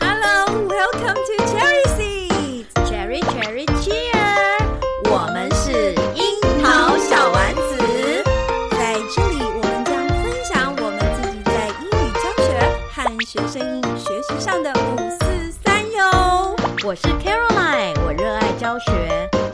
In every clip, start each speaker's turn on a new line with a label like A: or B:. A: Hello, welcome to Cherry Seeds. Cherry, Cherry, Cheer. 我们是樱桃小丸子，在这里我们将分享我们自己在英语教学和学生英语学习上的五四三哟。
B: 我是 Caroline，我热爱教学，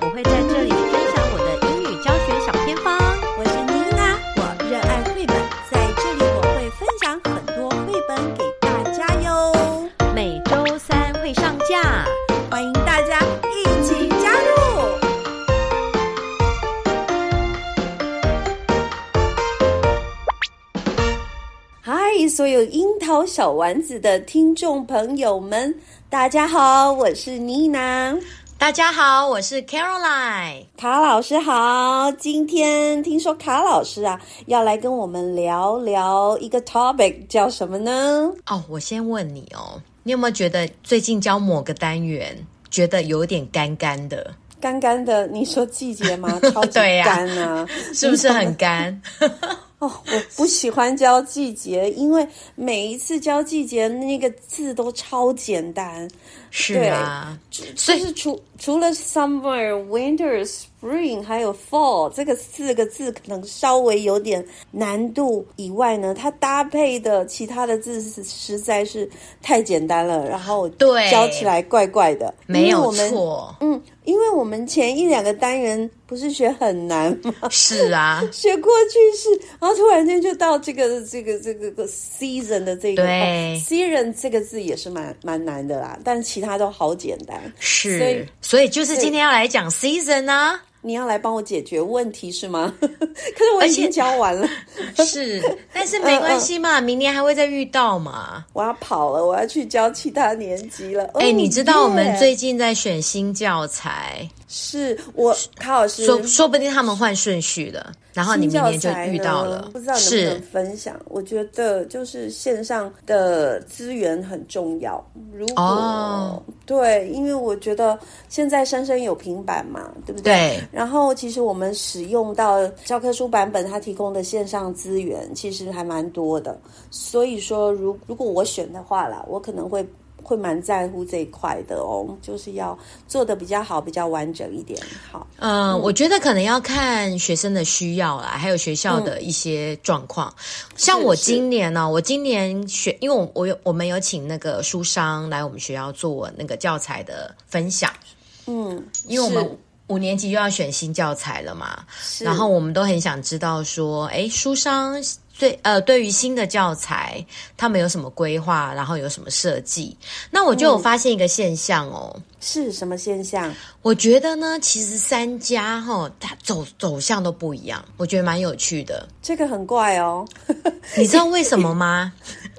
B: 我会在这里分享我的英语教学小偏方。
A: 我是妮娜，我热爱绘本，在这里我会分享很多绘本给大家哟。
B: 每周三会上架。
A: 欢迎大家一起加入。嗨，所有樱桃小丸子的听众朋友们，大家好，我是妮娜，
B: 大家好，我是 Caroline。
A: 卡老师好。今天听说卡老师啊，要来跟我们聊聊一个 topic，叫什么呢？
B: 哦，我先问你哦，你有没有觉得最近教某个单元觉得有点干干的？
A: 干干的，你说季节 吗？超级
B: 对呀
A: 干啊，
B: 是不是很 干？
A: 哦，我不喜欢教季节，因为每一次教季节那个字都超简单，
B: 是啊，所
A: 就
B: 以
A: 是除除了 summer、winter、spring 还有 fall 这个四个字可能稍微有点难度以外呢，它搭配的其他的字是实在是太简单了，然后
B: 对
A: 教起来怪怪的，
B: 没
A: 因为
B: 有
A: 我们。
B: 错，
A: 嗯，因为我们前一两个单元不是学很难吗？
B: 是啊，
A: 学过去式，然后突然间就到这个这个这个这个 season 的这个
B: 对
A: 哦 season 这个字也是蛮蛮难的啦，但其他都好简单。
B: 是，
A: 所
B: 所
A: 以
B: 以就是今天要来讲 season 啊。
A: 你要来帮我解决问题是吗？ 可是我
B: 而
A: 已
B: 且
A: 经教完了，
B: 是，但是没关系 嘛，明年还会再遇到嘛。
A: 我要跑了，我要去教其他年级了。
B: 哎、
A: 哦
B: 你知道我们
A: 耶
B: 最近在选新教材，
A: 是我卡老师
B: 说说不定他们换顺序了，然啊后你
A: 新
B: 明
A: 教
B: 年就
A: 材
B: 遇
A: 呢
B: 到了
A: 不知道。能不能
B: 是，
A: 分享？我觉得就是线上的资源很重要。如果、
B: 哦
A: 对，因为我觉得现在生生有平板嘛，对不
B: 对
A: 然后其实我们使用到教科书版本它提供的线上资源，其实还蛮多的。所以说如，如果我选的话啦，我可能会。会蛮在乎这一块的哦，就是要做的比较好，比较完整一点。好，
B: 嗯、我觉得可能要看学生的需要啦，还有学校
A: 嗯
B: 的一些状况。像我今年呢、我今年学，因为我我有我们有请那个书商来我们学校做那个教材的分享，
A: 嗯，
B: 因为我
A: 是
B: 们五年级又要选新教材了嘛。
A: 是
B: 然后我们都很想知道说，诶，书商对呃对于新的教材，他们有什么规划，然后有什么设计？那我就有发现一个现象哦。
A: 是什么现象？
B: 我觉得呢，其实三家哈、它走走向都不一样，我觉得蛮有趣的。
A: 这个很怪哦，
B: 你知道为什么吗？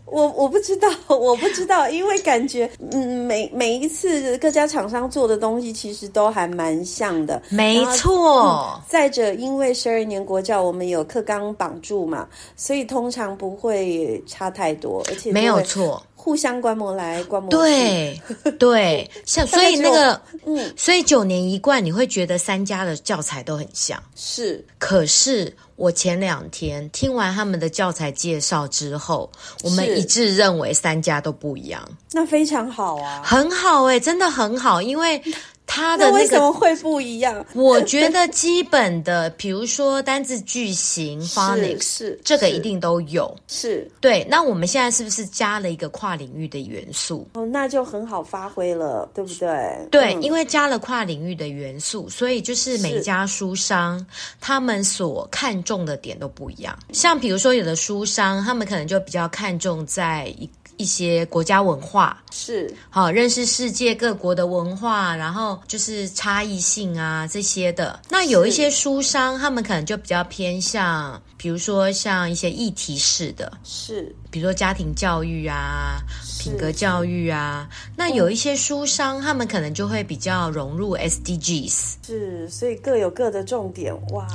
A: 我我不知道， 我不知道，因为感觉嗯，每每一次各家厂商做的东西其实都还蛮像的。嗯
B: 没错，
A: 再者，因为十二年国教我们有课纲绑住嘛，所以通常不会差太多，而且
B: 没有，错。
A: 互相观摩来观摩去。
B: 对对，像所以那个，
A: 嗯，
B: 所以九年一贯，你会觉得三家的教材都很像。
A: 是
B: 可是我前两天听完他们的教材介绍之后，我
A: 是
B: 们一致认为三家都不一样，
A: 那非常好啊。
B: 很好诶、真的很好，因为它的
A: 那为
B: 那
A: 什
B: 个。
A: 么会不一样？
B: 我觉得基本的，比如说单字 句型、
A: 是
B: phonics，
A: 是，
B: 这个
A: 是
B: 一定都有。
A: 是
B: 对，那我们现在是不是加了一个跨领域的元素？
A: 哦，那就很好发挥了，对不对？
B: 对，
A: 嗯
B: 因为加了跨领域的元素，所以就是每
A: 是
B: 家书商他们所看重的点都不一样。像比如说，有的书商他们可能就比较看重在一一些国家文化，
A: 是
B: 好认识世界各国的文化，然后就是差异性啊这些的。那有一些书商，他们可能就比较偏向，比如说像一些议题式的，
A: 是
B: 比如说家庭教育啊、
A: 是
B: 品格教育啊。那有一些书商，他们可能就会比较融入 SDGs。
A: 是，所以各有各的重点哇。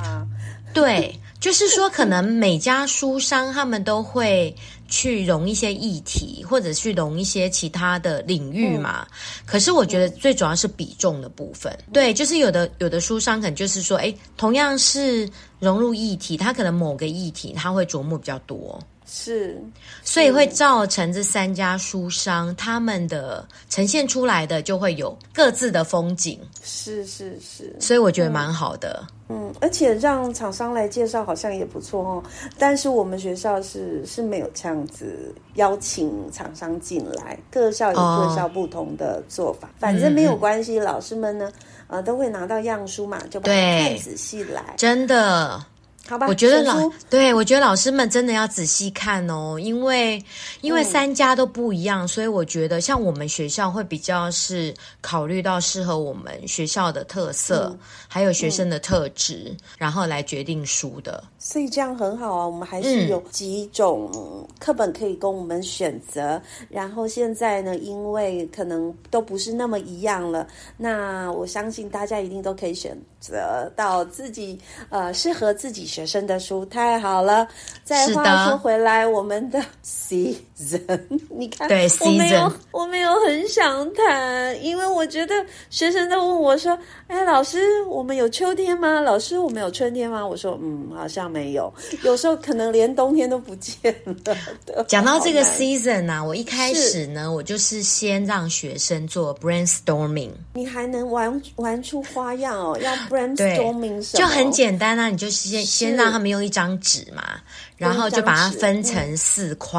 B: 对，就是说，可能每家书商他们都会去融一些议题，或者去融一些其他的领域嘛。可是我觉得最主要是比重的部分。对，就是有的有的书商可能就是说，哎，同样是融入议题，他可能某个议题他会琢磨比较多。
A: 是
B: 所以会造成这三家书商他们的呈现出来的就会有各自的风景，
A: 是是是，
B: 所以我觉得蛮好的。
A: 嗯，而且让厂商来介绍好像也不错哦。但是我们学校是是没有这样子邀请厂商进来，各校有
B: 哦
A: 各校不同的做法，反正
B: 嗯
A: 没有关系。老师们呢，呃，都会拿到样书嘛，就把它
B: 对
A: 看仔细来，
B: 真的，
A: 好吧？
B: 我觉得
A: 沈
B: 老
A: 叔
B: 对我觉得老师们真的要仔细看哦，因
A: 嗯
B: 为因为三家都不一样，所以我觉得像我们学校会比较是考虑到适合我们学校的特色，
A: 嗯
B: 还有学生的特质，然后来决定书的。
A: 所以这样很好啊，我们还是
B: 嗯
A: 有几种课本可以供我们选择。然后现在呢，因为可能都不是那么一样了，那我相信大家一定都可以选择到自己呃适合自己学生的书，太好了。再
B: 是的
A: 话说回来，我们的 season，你看，
B: 对
A: 我没有
B: season，
A: 我没有很想谈，因为我觉得学生都问我说：“哎，老师，我们有秋天吗？老师，我们有春天吗？”我说：“嗯，好像没有。有时候可能连冬天都不见了。对”
B: 讲到这个
A: 好难
B: season 啊，我一开
A: 是
B: 始呢，我就是先让学生做 brainstorming，
A: 你还能玩玩出花样哦，要 brainstorming 什么哦
B: 就很简单啊，你就先先让他们用一张纸嘛，然后就把它分成四块。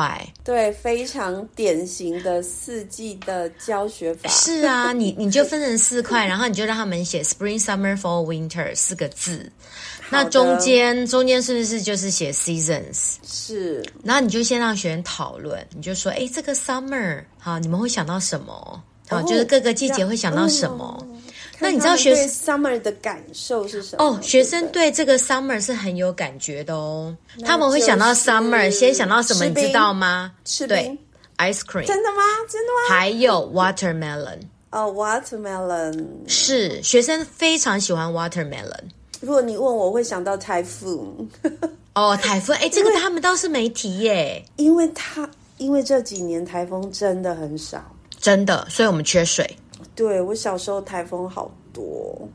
A: 对，非常典型的四季的教学法。
B: 是 啊，你你就分成四块，然后你就让他们写 spring、summer、fall、winter 四个字。那
A: 的
B: 中间中间是不是就是写 seasons？
A: 是
B: 然后你就先让学员讨论，你就说，哎，这个 summer 好，你们会想到什么？好，
A: 哦嗯
B: 就是各个季节会想到什么？那你知道学
A: 看他们对 summer 的感受是什么？
B: 哦，学
A: 不
B: 生
A: 对。
B: 对这个 summer 是很有感觉的哦。
A: 那
B: 他们会想到
A: 就是
B: summer，先想到什么，
A: 吃
B: 你知
A: 冰
B: 道吗？
A: 吃
B: 对
A: 冰
B: ，ice cream，
A: 真的吗？真的吗？
B: 还有 watermelon。
A: 哦、w a t e r m e l o n
B: 是学生非常喜欢 watermelon。
A: 如果你问我，我会想到 typhoon，
B: 哦，台风，哎，这个他们倒是没提耶，
A: 因为它因为这几年台风真的很少。
B: 真的，所以我们缺水。
A: 对我小时候台风好多，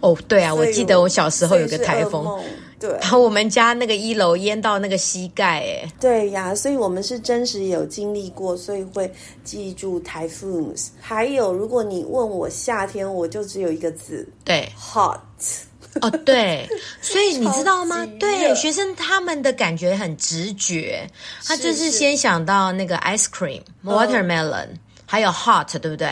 B: 哦，对啊，我
A: 所以
B: 记得我小时候有
A: 所
B: 个
A: 以是
B: 台
A: 噩
B: 风，
A: 梦。对
B: 把我们家那个一楼淹到那个膝盖，哎，
A: 对呀，所以我们是真实有经历过，所以会记住 typhoons。还有，如果你问我夏天，我就只有一个字
B: 对，
A: hot。
B: 哦，对，所以你知道
A: 超
B: 吗
A: 级？热
B: 对，学生他们的感觉很直觉，他
A: 是
B: 就是
A: 是嗯
B: 先想到那个 ice cream、watermelon，、还有 hot，对不对？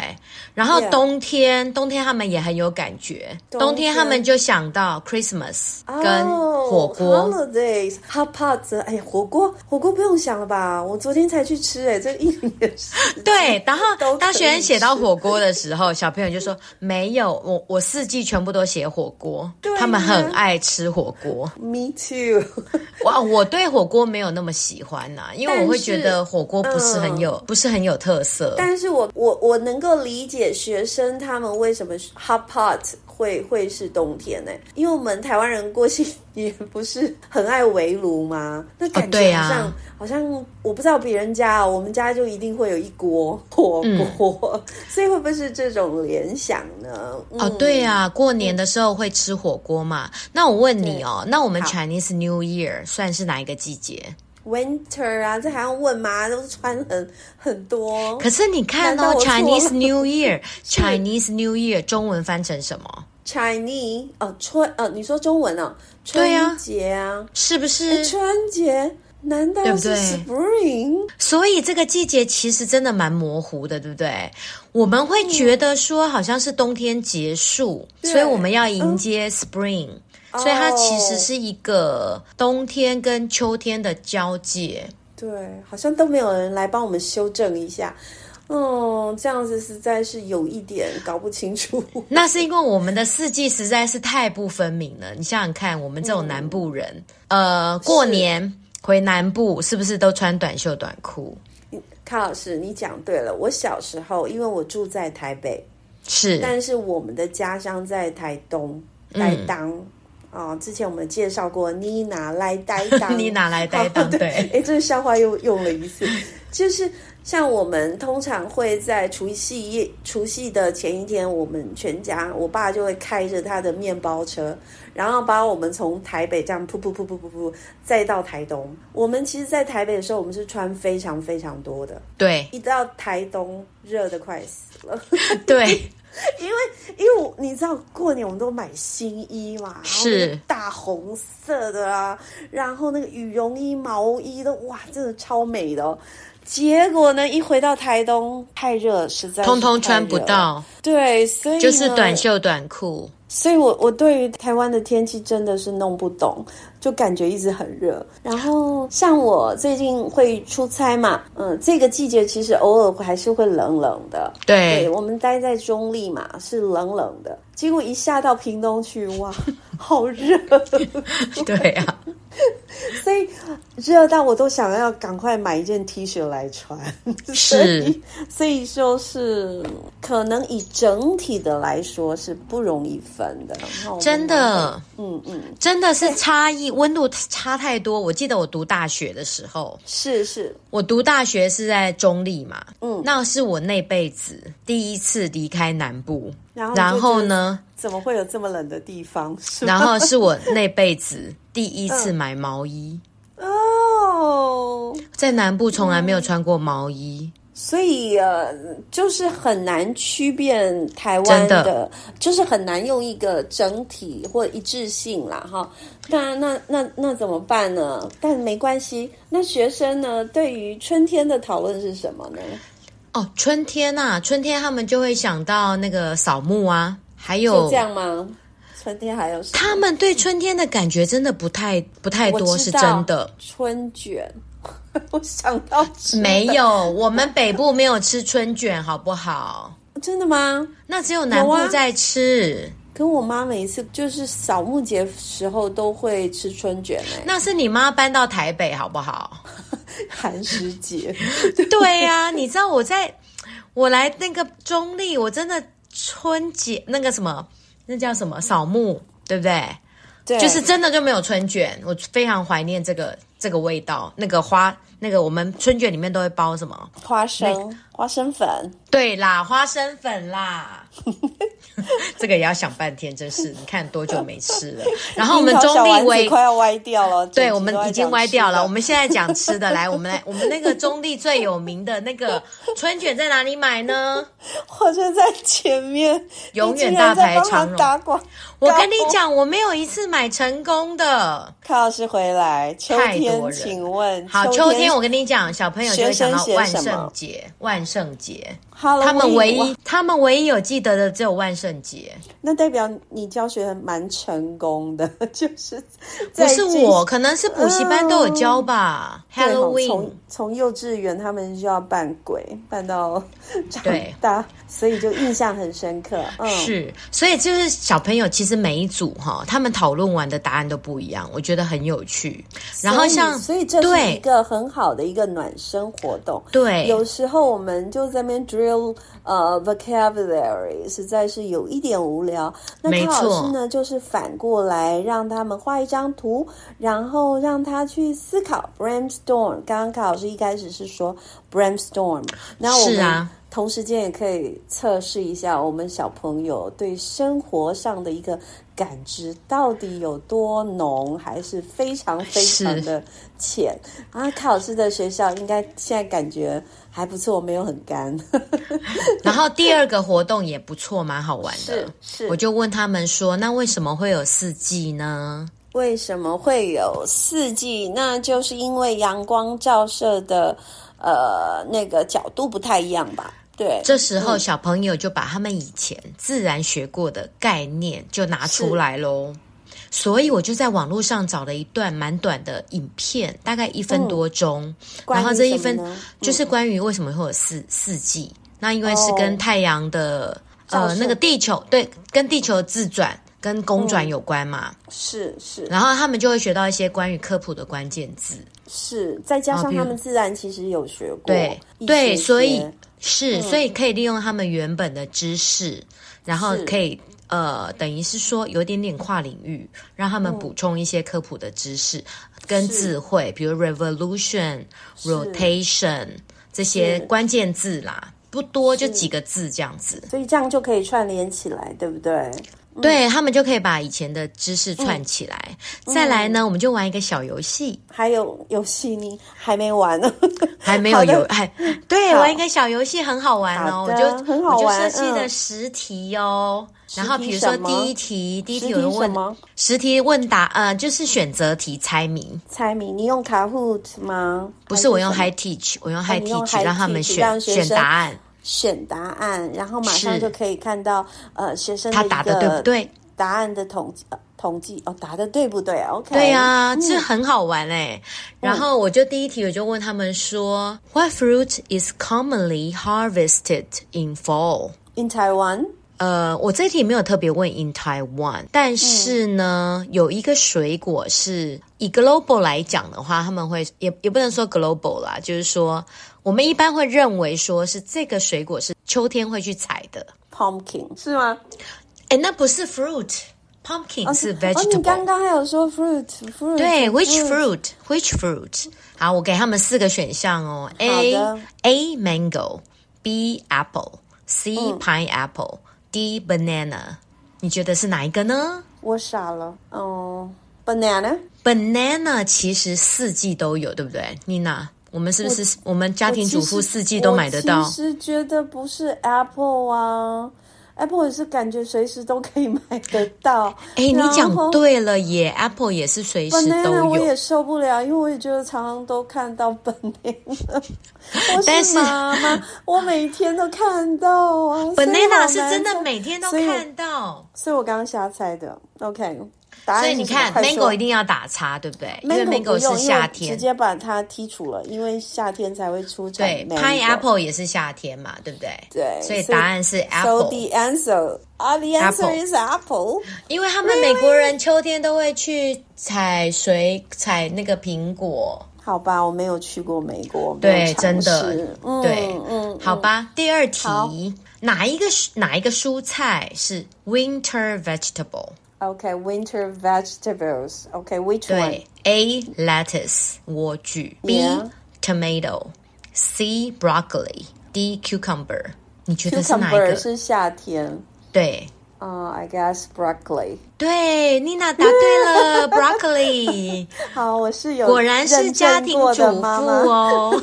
B: 然后
A: Yeah
B: 冬天，冬天他们也很有感觉，
A: 冬
B: 冬天他们
A: 天哦
B: 就想到 Christmas 跟火锅。
A: h o l i d a y s hot pot，哎，火锅火锅不用想了吧？我昨天才去吃、哎，这一年是
B: 对，然后
A: 都
B: 当
A: 可以
B: 学员写到
A: 吃
B: 火锅的时候，小朋友就说没有，我我四季全部都写火锅，他们
A: 呀
B: 很爱吃火锅。
A: me too
B: 哇，我对火锅没有那么喜欢呐、因为
A: 但
B: 我会觉
A: 是嗯
B: 得火锅不是很有、不是很有特色。
A: 但是我我我能够理解学生他们为什么 hot pot 会会是冬天呢、因为我们台湾人过去也不是很爱围炉嘛，那感
B: 对
A: 觉
B: 啊
A: 好像、好像我不知道别人家，我们家就一定会有一锅火锅， 所以会不会是这种联想呢？
B: 嗯哦，
A: 嗯
B: 对呀、过年的时候会吃火锅嘛。那我问你哦，那我们
A: 好
B: Chinese New Year 算是哪一个季节？
A: ，winter 啊，这还要问吗？都穿很很多，
B: 可是你看
A: 难道
B: 哦
A: 我错
B: ，Chinese New Year，Chinese New Year 中文翻成什么？
A: Chinese 哦，春哦，你说中文哦，
B: 对啊
A: 春节啊，
B: 是不是？
A: 春节难道
B: 对不
A: 是
B: 对
A: spring？
B: 所以这个季节其实真的蛮模糊的，对不对？我们会觉得说好像是冬天结束，
A: 对
B: 所以我们要迎接 spring，、所以它其实是一个冬天跟秋天的交界。
A: 对，好像都没有人来帮我们修正一下。嗯，这样子实在是有一点搞不清楚。
B: 那是因为我们的四季实在是太不分明了。你想想看，我们这种南部人，呃，过年回南部是不是都穿短袖短裤？
A: 康老师，你讲对了。我小时候，因为我住在台北，
B: 是，
A: 但是我们的家乡在台东，台当。啊、之前我们介绍过妮娜来呆当，
B: 你哪来 呆当？
A: 对，
B: 对，
A: 哎，这个笑话又用了一次，就是像我们通常会在除夕夜、除夕的前一天，我们全家，我爸就会开着他的面包车，然后把我们从台北这样噗噗噗噗噗噗，再到台东。我们其实，在台北的时候，我们是穿非常非常多的，
B: 对，
A: 一到台东热的快死了。
B: 对，
A: 因为因为我你知道过年我们都买新衣嘛，
B: 是
A: 然后那个大红色的啊，然后那个羽绒衣、毛衣都哇，真的超美的、哦。结果呢，一回到台东太热，实在是
B: 通通
A: 太
B: 穿不
A: 热了。
B: 到，
A: 对，所以呢
B: 就是短。袖短裤。
A: 所以我我对于台湾的天气真的是弄不懂，就感觉一直很热。然后像我最近会出差嘛，嗯，这个季节其实偶尔还是会冷冷的。
B: 对
A: 我们待在中立嘛，是冷冷的。结果一下到屏东去，哇，好热！
B: 对啊，
A: 所以热到我都想要赶快买一件 T 恤来穿。所以，所以就是可能以整体的来说是不容易分的。然后我们
B: 真的，
A: 嗯嗯，
B: 真的是差异，温度差太多。我记得我读大学的时候，
A: 是是，
B: 我读大学是在中立嘛，
A: 嗯
B: 那是我那辈子第一次离开南部，
A: 然后
B: 然后
A: 就觉得
B: 呢，
A: 怎么会有这么冷的地方？是
B: 然
A: 吗？
B: 后是我那辈子第一
A: 嗯
B: 次买毛衣，
A: 哦，
B: 在南部从来没
A: 嗯
B: 有穿过毛衣，
A: 所以呃，就是很难区辨台
B: 真
A: 湾
B: 的
A: 就是很难用一个整体或一致性啦，哈。那那那那怎么办呢？但没关系。那学生呢，对于春天的讨论是什么呢？
B: 哦，春天啊，春天他们就会想到那个扫墓啊，还
A: 就
B: 有
A: 这样吗？春天还有什么
B: 他们对春天的感觉真的不太不太
A: 我
B: 多，
A: 知
B: 是
A: 道
B: 真的。
A: 春卷， 我想到吃的
B: 没，有，我们北部没有吃春卷，好不好？
A: 真的吗？
B: 那只有南
A: 有
B: 部
A: 啊
B: 在吃。
A: 跟我妈每一次就是扫墓节时候都会吃春卷哎、
B: 那是你妈搬到台北，好不好？
A: 寒食节，
B: 对呀、你知道我在我来那个中立，我真的春节那个什么，那叫什么扫墓，对不对？
A: 对，
B: 就是真的就没有春卷，我非常怀念这个这个味道，那个花，那个我们春卷里面都会包什么？
A: 花生、花生粉，
B: 对啦，花生粉 啦，这个也要想半天，真是你看多久没吃 了。然后我们
A: 樱桃
B: 中
A: 小
B: 立
A: 丸子
B: 为
A: 快要歪掉了，
B: 对，
A: 整集
B: 我们
A: 都在
B: 已经
A: 讲
B: 歪掉
A: 吃的
B: 了。我们现在讲吃的，来，我们来，我们那个中立最有名的那个春卷在哪里买呢？
A: 火车在前面，
B: 永
A: 你
B: 远
A: 竟
B: 大
A: 然在
B: 排
A: 帮他
B: 长龙
A: 打广告，
B: 我跟你讲，我没有一次买成功的。
A: 康老师回来，秋
B: 太多
A: 天，
B: 人
A: 请问
B: 好，秋天我跟你讲，小朋友就会想到
A: 学生哦
B: 万
A: 写什么
B: 圣节，万圣节，
A: Halloween，
B: 他们唯一
A: 哇
B: 他们唯一有记得的只有万圣节。
A: 那代表你教学蛮成功的， 就是
B: 不
A: 在
B: 是
A: 这
B: 我，可能是补习班都有教吧。
A: 对哦
B: Halloween，
A: 从从幼稚园他们就要扮鬼，扮到长
B: 对
A: 大，所以就印象很深刻。嗯，
B: 是，所以就是小朋友其实每一组哈，他们讨论完的答案都不一样，我觉得很有趣。然后像
A: 所以所以这是一
B: 对
A: 个很好的一个暖身活动。
B: 对
A: 有时候我们就在那边 drill 呃 vocabulary，实在是有一点无聊。那
B: 没
A: 他老
B: 错
A: 师呢，就是反过来让他们画一张图，然后让他去思考 brainstorm。刚刚卡老师一开始是说 brainstorm，那我
B: 是
A: 们
B: 啊
A: 同时间也可以测试一下我们小朋友对生活上的一个感知到底有多浓，还是非常非常的浅啊！卡老师的学校应该现在感觉还不错，没有很干。
B: 然后第二个活动也不错，蛮好玩的
A: 是。是
B: 我就问他们说，那为什么会有四季呢？
A: 为什么会有四季？那就是因为阳光照射的呃那个角度不太一样吧？对，
B: 这时
A: 嗯
B: 候小朋友就把他们以前自然学过的概念就拿出来喽。所以我就在网络上找了一段蛮短的影片，大概一分多钟，
A: 嗯关
B: 然
A: 于
B: 后这一
A: 什
B: 分
A: 么呢
B: 就是
A: 嗯
B: 关于为什么会有四四季，那因为是
A: 哦
B: 跟太阳的、
A: 照
B: 呃
A: 射
B: 那个地球对跟地球的自转跟公转
A: 嗯
B: 有关嘛，
A: 是是
B: 然后他们就会学到一些关于科普的关键字，
A: 是，再加
B: 啊
A: 上
B: 比如
A: 他们自然其实有学过
B: 对
A: 一些
B: 对，所以
A: 些嗯
B: 是、所以可以利用他们原本的知识，然后
A: 是
B: 可以呃，等于是说有一点点跨领域，让他们补充一些科普的知识跟
A: 嗯是
B: 智慧，比如 revolution、
A: 是
B: rotation 这些
A: 是
B: 关键字啦，不多就是几个字这样子。
A: 所以这样就可以串联起来，对不对？
B: 对他们就可以把以前的知识
A: 嗯
B: 串起来。再来呢，我们就玩一个小游戏，
A: 还有游戏你还没玩呢，
B: 还没有
A: 好的啊
B: 游，还对
A: 好
B: 玩一个小游戏很好玩哦，
A: 好
B: 我
A: 的
B: 就
A: 很好玩
B: 我就设计
A: 嗯
B: 了十题哦。然后比如
A: 什
B: 说
A: 么
B: 第一题，第一题
A: 实
B: 有人
A: 体什
B: 问
A: 么
B: 十题问答，呃，就是选择题猜谜，
A: 猜谜？你用 Kahoot 吗？
B: 不是我
A: 还
B: 用
A: 什么哦
B: Hi Teach，我用 Hi
A: 你用
B: Teach 让他们
A: HiTeach，
B: 选
A: 让学生
B: 选答案，
A: 选答案，然后马上
B: 是
A: 就可以看到呃学生
B: 他
A: 一
B: 答的对不
A: 个嗯
B: 对？
A: 答案的统计、呃统计哦，答的对不对？OK，
B: 对啊呀、
A: 嗯
B: 这很好玩哎、然后我就第一题我就问他们说，What fruit is commonly harvested in fall？
A: ，In Taiwan，
B: 呃，我这题没有特别问 in Taiwan，但是呢，
A: 嗯
B: 有一个水果是以 global 来讲的话，他们会也也不能说 global 啦，就是说我们一般会认为说是这个水果是秋天会去采的。
A: pumpkin 是吗？
B: 哎，那不是 fruit，pumpkin 是
A: 哦，你刚
B: vegetable。
A: 刚还有说 fruit，fruit，
B: 对，which
A: fruit？
B: fruit？which fruit？好，我给他们四个选项哦。A
A: 好的
B: A mango，B apple，C
A: 嗯
B: pineapple，D banana。你觉得是哪一个呢
A: 我傻了，嗯，banana，
B: ？banana 其实四季都有，对不对？Nina，我们是不是我们家
A: 我
B: 庭
A: 其
B: 主妇
A: 实
B: 四季都买得
A: 我
B: 到
A: 其？实觉得不是 apple 啊，apple 也是感觉随时都可以买得到。
B: 哎，你
A: 然
B: 讲
A: 后
B: 对了耶，apple 也是随时都
A: banana 我
B: 有
A: 也。受不了，因为我也觉得常常都看到 banana。我
B: 但
A: 是
B: 是
A: 妈妈，我每天都看到啊。 所以好
B: banana 是
A: 难
B: 真的
A: 猜
B: 每天都
A: 所以
B: 看到。
A: 所以我刚刚瞎猜的。OK，答案
B: 所以
A: 是
B: 你
A: 什么
B: 看
A: 快说
B: ，mango 一定要打叉，对不对？因为
A: mango
B: mango
A: 不用
B: 是夏
A: 因为我直
B: 天，
A: 接把它剔除了，因为夏天才会出产
B: 对
A: mango。
B: ，pineapple 也是夏天嘛，对不对？
A: 对
B: 所以
A: 所以
B: 答案是
A: So
B: apple，
A: the answer, ah, the answer
B: Apple.
A: is apple.
B: 因为他们
A: 啊
B: 美国人秋天都会去采水采那个苹果，
A: 好吧，我没有去过美国，没有
B: 对，
A: 尝
B: 真
A: 试
B: 的，
A: 嗯
B: 对，
A: 嗯，
B: 好吧。第二
A: 好
B: 题，哪一个哪一个蔬菜是 winter vegetable？
A: OK，winter vegetables，OK，which
B: 对，A lettuce 莴苣，B
A: Yeah
B: tomato，C broccoli，D cucumber。你觉得是哪一
A: one？Cucumber
B: 个？
A: 是夏天，
B: 对
A: 啊，I guess broccoli。
B: 对，妮娜答 对了，broccoli，
A: 好，我是有
B: 果然是家庭
A: 认
B: 主
A: 证过的
B: 妇
A: 妈 妈。
B: 哦。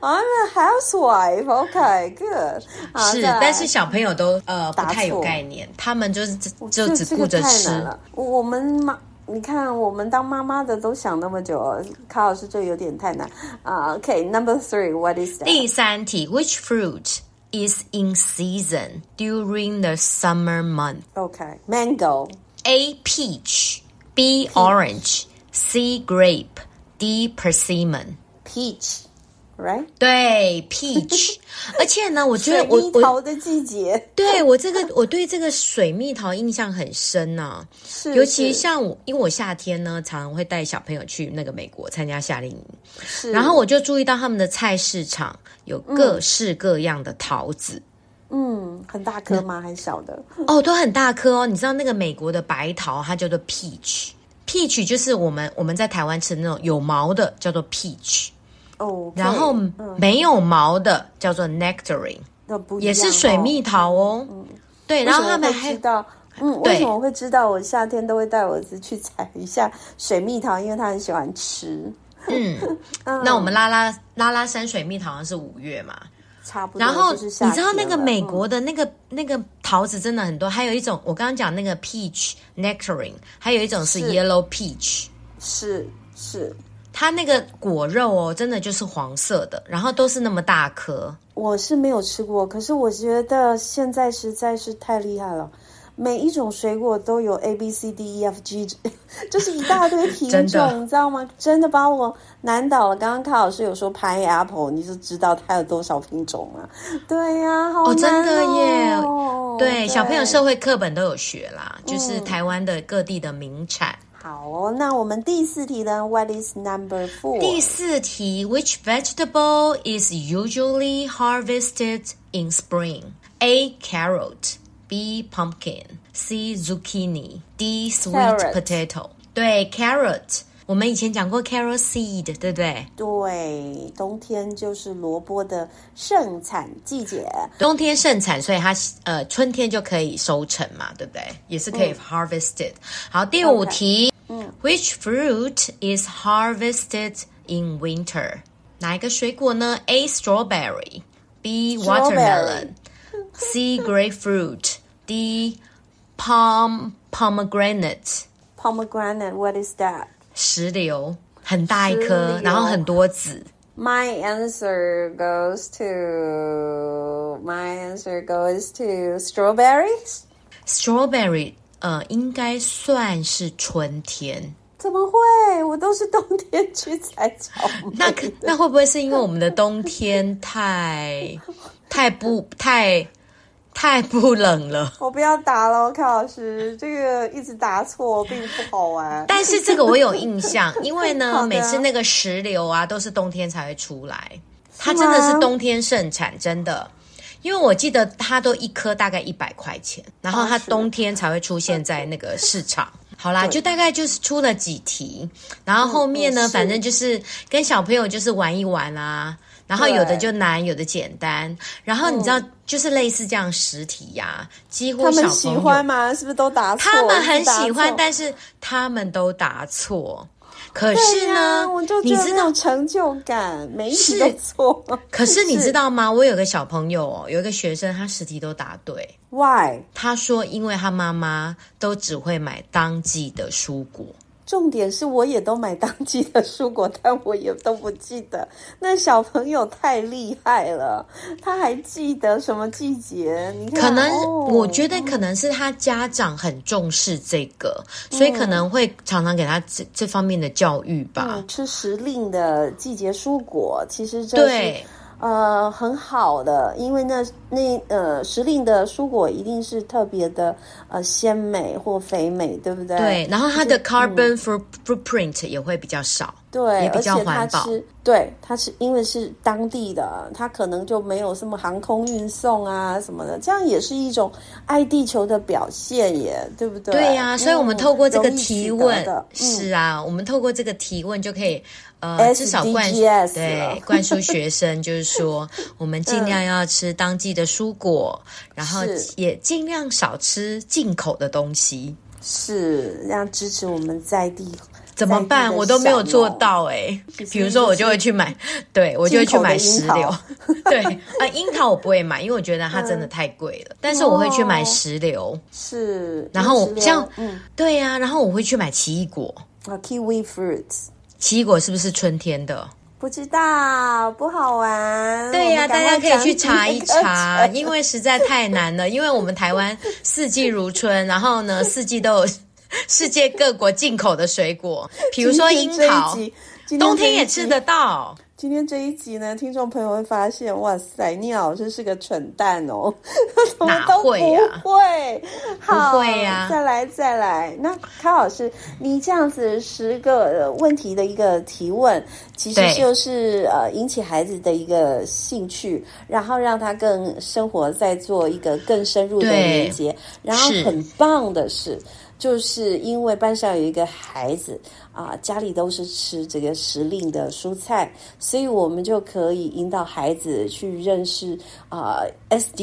A: I'm a housewife. OK, good. 好
B: 是，
A: 再来
B: 但是小朋友都呃不
A: 答
B: 太有
A: 错
B: 概念，他们就是只
A: 这
B: 就只
A: 这
B: 顾
A: 个
B: 着
A: 太
B: 吃。
A: 难了。我我们妈，你看我们当妈妈的都想那么久了，卡老师这有点太难啊。OK，number、three，what is that？
B: 第三题，Which fruit is in season during the summer month？
A: OK，mango、
B: A peach, B orange, C grape, D persimmon。
A: peach，right？
B: 对，peach。而且呢，我觉得我
A: 蜜
B: 我
A: 桃的季节
B: 对我这个 我对这个水蜜桃印象很深呐、
A: 是，
B: 尤
A: 是
B: 其像我，因为我夏天呢，常常会带小朋友去那个美国参加夏令营，
A: 是
B: 然后我就注意到他们的菜市场有各式各样的桃子，
A: 嗯，很大颗吗？还是小的？
B: 哦，都很大颗哦。你知道那个美国的白桃，它叫做 peach。peach 就是我们我们在台湾吃的那种有毛的叫做 peach，
A: 哦，
B: 然后没有毛的叫做 nectarine，
A: 那不一
B: 也
A: 样
B: 是
A: 哦
B: 水蜜桃哦。对，
A: 为
B: 然
A: 什
B: 后
A: 么
B: 他们
A: 会
B: 还
A: 知道，嗯，
B: 对
A: 为什么会知道？我夏天都会带我儿子去采一下水蜜桃，因为他很喜欢吃，
B: 那我们拉拉拉拉山水蜜桃好像是五月嘛，
A: 差不多。
B: 然后
A: 就是
B: 你
A: 夏
B: 知道那
A: 天
B: 个
A: 了
B: 美
A: 嗯
B: 国的那个、那个桃子真的很多，还有一种我刚刚讲那个 peach nectarine，还有一种是
A: 是
B: yellow peach。
A: 是是，
B: 它那个果肉哦，真的就是黄色的，然后都是那么大颗。
A: 我是没有吃过，可是我觉得现在实在是太厉害了。每一种水果都有 A B C D E F G，就是 一大堆品
B: 真的
A: 种，你知道吗？真的把我难倒了。刚刚卡老师有说 pineapple，你就知道它有多少品种了、对呀、好
B: 哦真
A: 难
B: 的耶
A: 哦
B: 对，小朋友社会课本都有学啦，就是台湾的各地的名产。
A: 好哦，那我们第四题呢？What is number four？
B: 第四题，Which vegetable is usually harvested in spring? A. Carrot. B. Pumpkin. C. Zucchini. D. Sweet
A: Carrot
B: potato. 对，carrot。我们以前讲过 carrot seed，对不对？
A: 对，冬天就是萝卜的盛产季节。
B: 冬天盛产，所以它呃春天就可以收成嘛，对不对？也是
A: 嗯
B: 可以 harvested。好，第五题，Which fruit is harvested in winter？哪一个水果呢？A. strawberry, B. watermelon, C. grapefruit, D. palm pomegranate。
A: Pomegranate，what is that？
B: 石榴很大一颗
A: 石榴，
B: 然后很多籽。
A: My answer goes to my answer goes to strawberries。
B: strawberry 呃应该算是春天。
A: 怎么会？我都是冬天去采草莓。
B: 那可那会不会是因为我们的冬天太太不太太不冷了？
A: 我不要打了，康老师，这个一直答错并不好玩。
B: 但是这个我有印象， 因为
A: 好
B: 呢，
A: 的
B: 每次那个石榴啊，都是冬天才会出来，它真的是冬天盛产，真的。因为我记得它都一颗大概一百块钱，然后它
A: 是
B: 冬天才会出现在那个市场。
A: 哦
B: 好啦，就大概就是出了几题，然后后面
A: 嗯
B: 呢，
A: 是
B: 反正就是跟小朋友就是玩一玩啦、啊然后
A: 对
B: 有的就难，有的简单。然后你知道，就是类似这样十题呀、几乎
A: 哦他
B: 小
A: 们
B: 朋友
A: 喜欢吗？是不是都答错？
B: 他们很喜
A: 一直答
B: 欢
A: 错，
B: 但是他们都答错。可
A: 对
B: 是
A: 呀
B: 呢，
A: 我就
B: 你
A: 觉得
B: 知
A: 那
B: 道，
A: 种成就感，每一题
B: 是
A: 都错。
B: 可是你 知道吗？我有个小朋友哦，有一个学生，他十题都答对。
A: why？
B: 他说，因为他妈妈都只会买当季的蔬果。
A: 重点是，我也都买当季的蔬果，但我也都不记得。那小朋友太厉害了，他还记得什么季节？你看，
B: 可能、
A: 哦
B: 我觉得可能是他家长很重视这个，
A: 嗯
B: 所以可能会常常给他这这方面的教育吧。
A: 嗯，吃时令的季节蔬果，其实这是
B: 对，
A: 呃很好的，因为那那呃时令的蔬果一定是特别的呃鲜美或肥美，对不对？嗯
B: 对，然后它的 carbon foot- footprint 也会比较少，
A: 对，
B: 也比
A: 而且
B: 较
A: 它
B: 环保。
A: 吃对，它是因为是当地的，它可能就没有什么航空运送啊什么的，这样也是一种爱地球的表现耶，对不对？
B: 对呀、所以我们
A: 嗯
B: 透过这个
A: 容易
B: 提
A: 取得
B: 问，
A: 的
B: 是
A: 嗯、
B: 啊，我们透过这个提问就可以，呃，
A: SDGs
B: 至少灌输
A: 了嗯
B: 对灌输学生，就是说我们尽量要吃当季的蔬果，然后
A: 是
B: 也尽量少吃进口的东西。
A: 是让支持我们在地
B: 怎么
A: 在
B: 办？
A: 地的
B: 我都没有
A: 小农
B: 做到哎、比如说，我就会去买，对我就会去买石
A: 进口的樱
B: 榴
A: 桃。
B: 对啊，樱桃我不会买，因为我觉得它
A: 嗯
B: 真的太贵了。但是我会去买石榴，
A: 是，
B: 然后我
A: 哦石榴
B: 像
A: 嗯
B: 对呀、然后我会去买奇异果。
A: 啊 kiwi fruits。
B: 奇异果是不是春天的？
A: 不知道，不好玩。
B: 对呀、
A: 我们
B: 大
A: 赶
B: 家
A: 快
B: 可以去
A: 讲
B: 查一
A: 别的
B: 查，
A: 课程
B: 因为实在太难了。因为我们台湾四季如春，然后呢，四季都有世界各国进口的水 果，比如说樱桃，
A: 今天这一集今天
B: 冬
A: 这
B: 天
A: 一
B: 也
A: 集
B: 吃得到。
A: 今天这一集呢，听众朋友会发现，哇塞，聂老师是个蠢蛋哦，什么 都不
B: 哪会呀
A: 会，好
B: 不会呀
A: 再来再来。那康老师，你这样子十个呃问题的一个提问，其实
B: 对
A: 就是呃引起孩子的一个兴趣，然后让他更生活在做一个更深入的
B: 对
A: 连接。然后
B: 是
A: 很棒的是。就是因为班上有一个孩子啊，家里都是吃这个时令的蔬菜，所以我们就可以引导孩子去认识啊、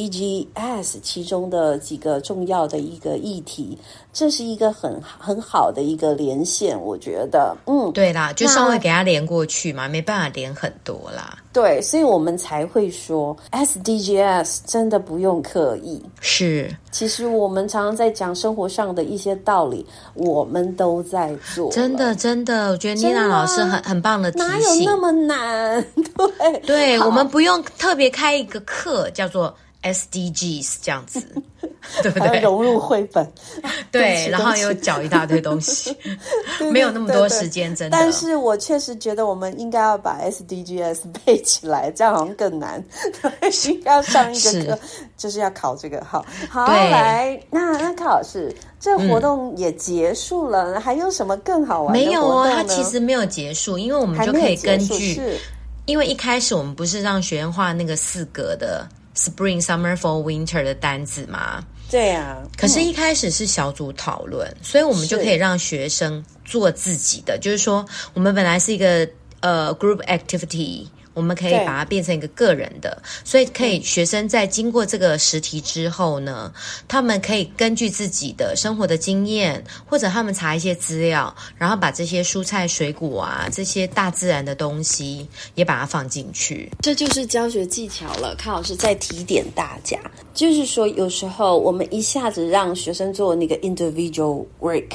A: SDGs 其中的几个重要的一个议题，这是一个很很好的一个连线，我觉得，嗯，
B: 对啦，就
A: 那
B: 稍微给它连过去嘛，没办法连很多啦。
A: 对，所以我们才会说 SDGs 真的不用刻意，
B: 是，
A: 其实我们常常在讲生活上的一些道理，我们都在做了，
B: 真的真的，我觉得妮
A: 真的
B: 娜
A: 啊
B: 老师很很棒的提
A: 哪有
B: 醒
A: 那。么难？ 对，
B: 对
A: 好
B: 我们不用特别开一个课叫做 SDGs 这样子，对不
A: 还要
B: 对？
A: 融入绘本，
B: 对，
A: 起
B: 然后
A: 对不
B: 又
A: 起
B: 缴一大堆东西，
A: 对
B: 没有那么
A: 对
B: 多
A: 对
B: 时间，真的。
A: 但是我确实觉得我们应该要把 SDGs 背起来，这样好像更难。 应该要上一
B: 是
A: 个课，就是要考这个。好，好，
B: 对嗯
A: 来，那那柯老师，这活动也结束了，还有什么更好玩的
B: 没
A: 活
B: 有
A: 动
B: 哦，
A: 呢？
B: 它其实没有结束，因为我们
A: 还
B: 就
A: 没
B: 可以
A: 有结
B: 根
A: 束，
B: 据
A: 是
B: 因为一开始我们不是让学员画那个四格的 spring、summer、fall、winter 的单子吗？
A: 对啊。
B: 可是，一开始是小组讨论，所以我们就可以让学生做自己的，就是说，我们本来是一个呃 group activity。我们可以
A: 对
B: 把它变成一个个人的，所以可以学生在经过这个实题之后呢，他们可以根据自己的生活的经验，或者他们查一些资料，然后把这些蔬菜、水果啊这些大自然的东西也把它放进去。
A: 这就是教学技巧了。康老师在提点大家，就是说有时候我们一下子让学生做那个 individual work，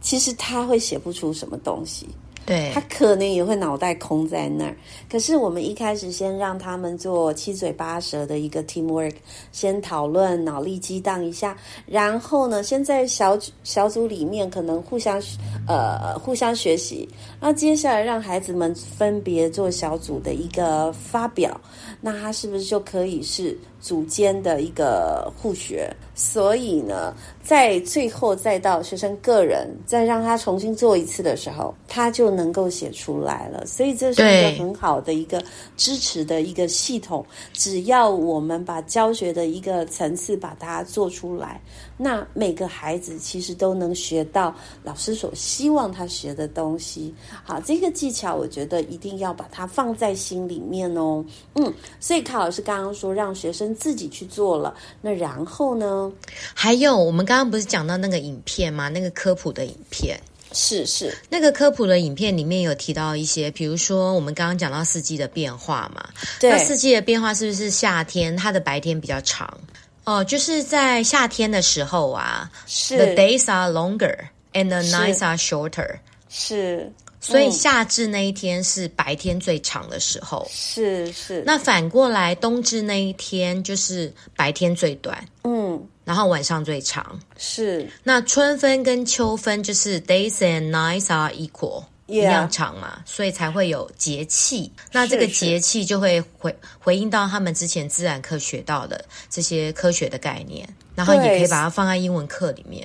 A: 其实他会写不出什么东西。
B: 对
A: 他，可能也会脑袋空在那儿。可是我们一开始先让他们做七嘴八舌的一个 teamwork，先讨论，脑力激荡一下，然后呢，先在小组小组里面可能互相呃互相学习。那接下来让孩子们分别做小组的一个发表，那他是不是就可以是组间的一个互学？所以呢，在最后再到学生个人，再让他重新做一次的时候，他就能够写出来了。所以这是
B: 对
A: 一个很好的一个支持的一个系统。只要我们把教学的一个层次把它做出来，那每个孩子其实都能学到老师所希望他学的东西。好，这个技巧我觉得一定要把它放在心里面哦。嗯，所以卡老师刚刚说让学生自己去做了，那然后呢？
B: 还有我们刚刚不是讲到那个影片吗？那个科普的影片。
A: 是是，
B: 那个科普的影片里面有提到一些，比如说我们刚刚讲到四季的变化嘛，
A: 对
B: 那四季的变化是不是夏天它的白天比较长？哦、就是在夏天的时候啊
A: 是
B: ，the days are longer and the
A: 是嗯
B: nights are shorter，
A: 是
B: 所以
A: 嗯
B: 夏至那一天是白天最长的时候。
A: 是是，
B: 那反过来，冬至那一天就是白天最短，
A: 嗯
B: 然后晚上最长。
A: 是
B: 那春分跟秋分就是 days and nights are equal。一
A: Yeah
B: 样长嘛，所以才会有节气。那这个
A: 是
B: 节气就会回回应到他们之前自然课学到的这些科学的概念，然后也可以把它放在英文课里面。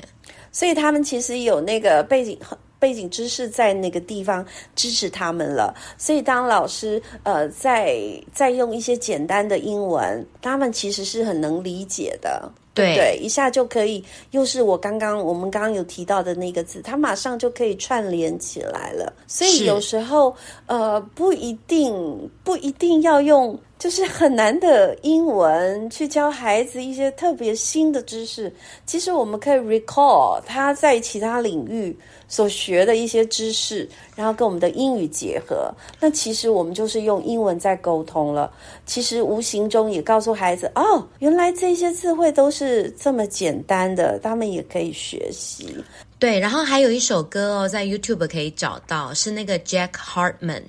A: 所以他们其实有那个背景背景知识在那个地方支持他们了。所以当老师呃在在用一些简单的英文，他们其实是很能理解的。
B: 对
A: 不对，一下就可以，又是我刚刚我们刚刚有提到的那个字，它马上就可以串联起来了。所
B: 是
A: 以有时候，呃，不一定不一定要用，就是很难的英文去教孩子一些特别新的知识。其实我们可以 recall 他在其他领域所学的一些知识，然后跟我们的英语结合。那其实我们就是用英文在沟通了。其实无形中也告诉孩子，哦，原来这些词汇都是这么简单的，他们也可以学习。
B: 对，然后还有一首歌哦，在 YouTube 可以找到，是那个 Jack Hartman，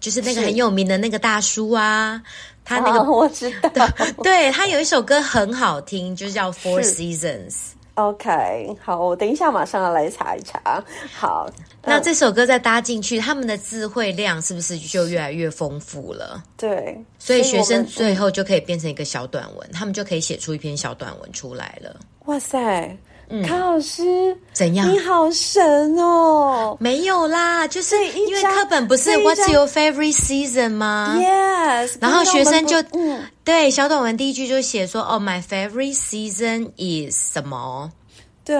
B: 就是那个
A: 是
B: 很有名的那个大叔啊，他那
A: 哦
B: 个。
A: 我知道。
B: 对他有一首歌很好听，就是叫《Four
A: 是
B: Seasons》。
A: OK，好，我等一下马上要来查一查。好，
B: 那
A: 嗯
B: 这首歌再搭进去，他们的词汇量是不是就越来越丰富了？
A: 对，
B: 所以学
A: 我
B: 生
A: 们
B: 最后就可以变成一个小短文，他们就可以写出一篇小短文出来了。
A: 哇塞，卡老师，
B: 嗯怎样
A: 你好神哦！
B: 没有啦，就是
A: 这一
B: 因为
A: 张
B: 课本不是
A: 这一张
B: What's your favorite season 吗
A: Yes，
B: 啊然后学生就
A: 不是我们不嗯，
B: 对，小短文第一句就写说哦、m y favorite season is 什么？
A: 对，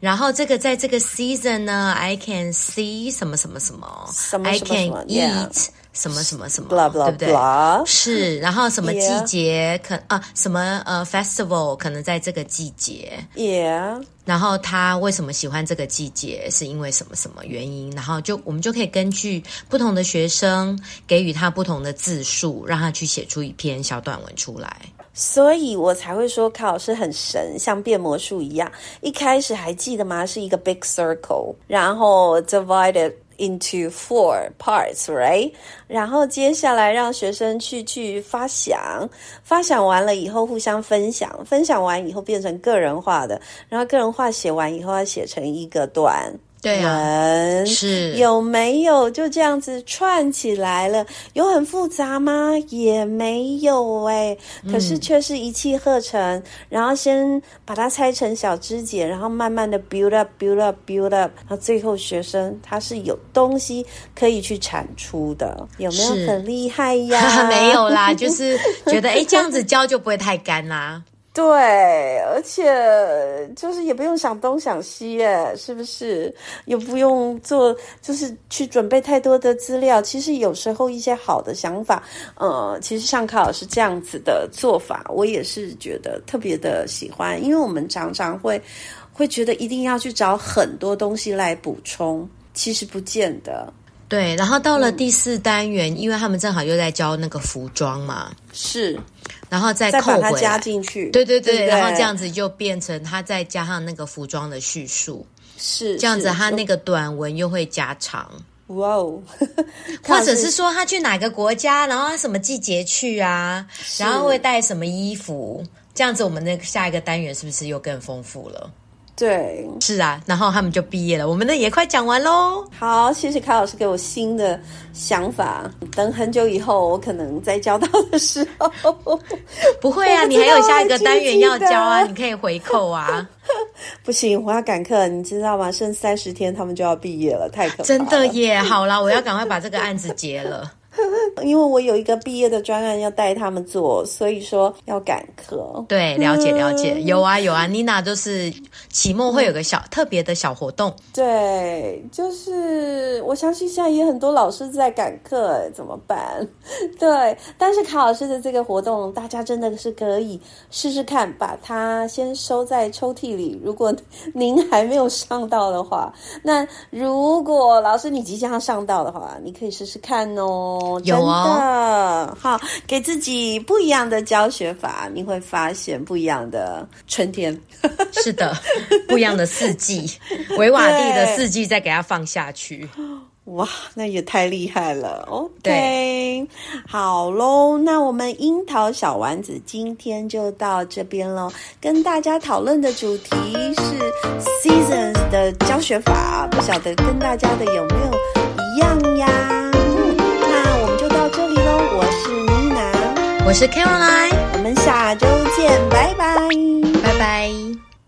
B: 然后这个在这个 season 呢，I can see 什么什么什么
A: 什么
B: ，I
A: 什么
B: can
A: 什么
B: eat
A: yeah
B: 什么什么什么
A: Blah, blah,
B: 对不对
A: blah
B: 是，然后什么季
A: Yeah
B: 节可啊什么呃 festival 可能在这个季节，
A: 也
B: 然后他为什么喜欢这个季节，是因为什么什么原因，然后就我们就可以根据不同的学生给予他不同的字数，让他去写出一篇小短文出来。
A: 所以我才会说卡老师很神，像变魔术一样。一开始还记得吗？是一个 big circle，然后 divided into four parts，right？然后接下来让学生去去发想，发想完了以后互相分享，分享完以后变成个人化的，然后个人化写完以后要写成一个段。
B: 对啊，
A: 人
B: 是
A: 有没有就这样子串起来了？有很复杂吗？也没有哎、
B: 嗯
A: 可是却是一气呵成。然后先把它拆成小枝节，然后慢慢的 build up build up build up，然后最后学生他是有东西可以去产出的，有没
B: 是
A: 有很厉害呀？
B: 没有啦，就是觉得哎，这样子教就不会太干啦。
A: 对，而且就是也不用想东想西耶，是不是？也不用做，就是去准备太多的资料。其实有时候一些好的想法，呃，其实像卡老师这样子的做法，我也是觉得特别的喜欢，因为我们常常会会觉得一定要去找很多东西来补充，其实不见得
B: 对，然后到了
A: 嗯
B: 第四单元，因为他们正好又在教那个服装嘛，
A: 是
B: 然后再
A: 再
B: 扣
A: 把
B: 回
A: 它
B: 来，
A: 加进去。
B: 对对对，
A: 对不
B: 然后这样子就变成他再加上那个服装的叙述，
A: 是
B: 这样子
A: 是
B: 他那个短文又会加长，
A: 哇哦，
B: 或者是说他去哪个国家，然后他什么季节去啊，然后会带什么衣服，这样子我们那个下一个单元是不是又更丰富了？
A: 对，
B: 是啊，然后他们就毕业了，我们的也快讲完喽。
A: 好，谢谢卡老师给我新的想法。等很久以后，我可能在教到的时候，
B: 不会啊，
A: 我不
B: 你
A: 知道
B: 还有下一个单元要教啊，
A: 我记不记得
B: 你可以回扣啊，
A: 不行，我要赶课，你知道吗？剩三十天他们就要毕业了，太可怕了。
B: 真的耶！好啦，我要赶快把这个案子结了。
A: 因为我有一个毕业的专案要带他们做，所以说要赶课。
B: 对，了解了解，
A: 嗯
B: 有啊有啊，妮娜就是期末会有个小、特别的小活动，
A: 对，就是我相信现在也很多老师在赶课，哎怎么办？ 对，但是卡老师的这个活动，大家真的是可以试试看，把它先收在抽屉里。如果 您还没有上到的话，那如果老师你即将要上到的话，你可以试试看哦。
B: 有哦
A: 真的，好，给自己不一样的教学法，你会发现不一样的春天。
B: 是的，不一样的四季，维瓦蒂的四季再给它放下去。
A: 哇，那也太厉害了！OK，好喽，那我们樱桃小丸子今天就到这边喽。跟大家讨论的主题是 Seasons 的教学法，不晓得跟大家的有没有一样呀？嗯，那我们就到这里喽。我是妮娜，
B: 我是 Caroline。
A: 我们下周见，拜拜。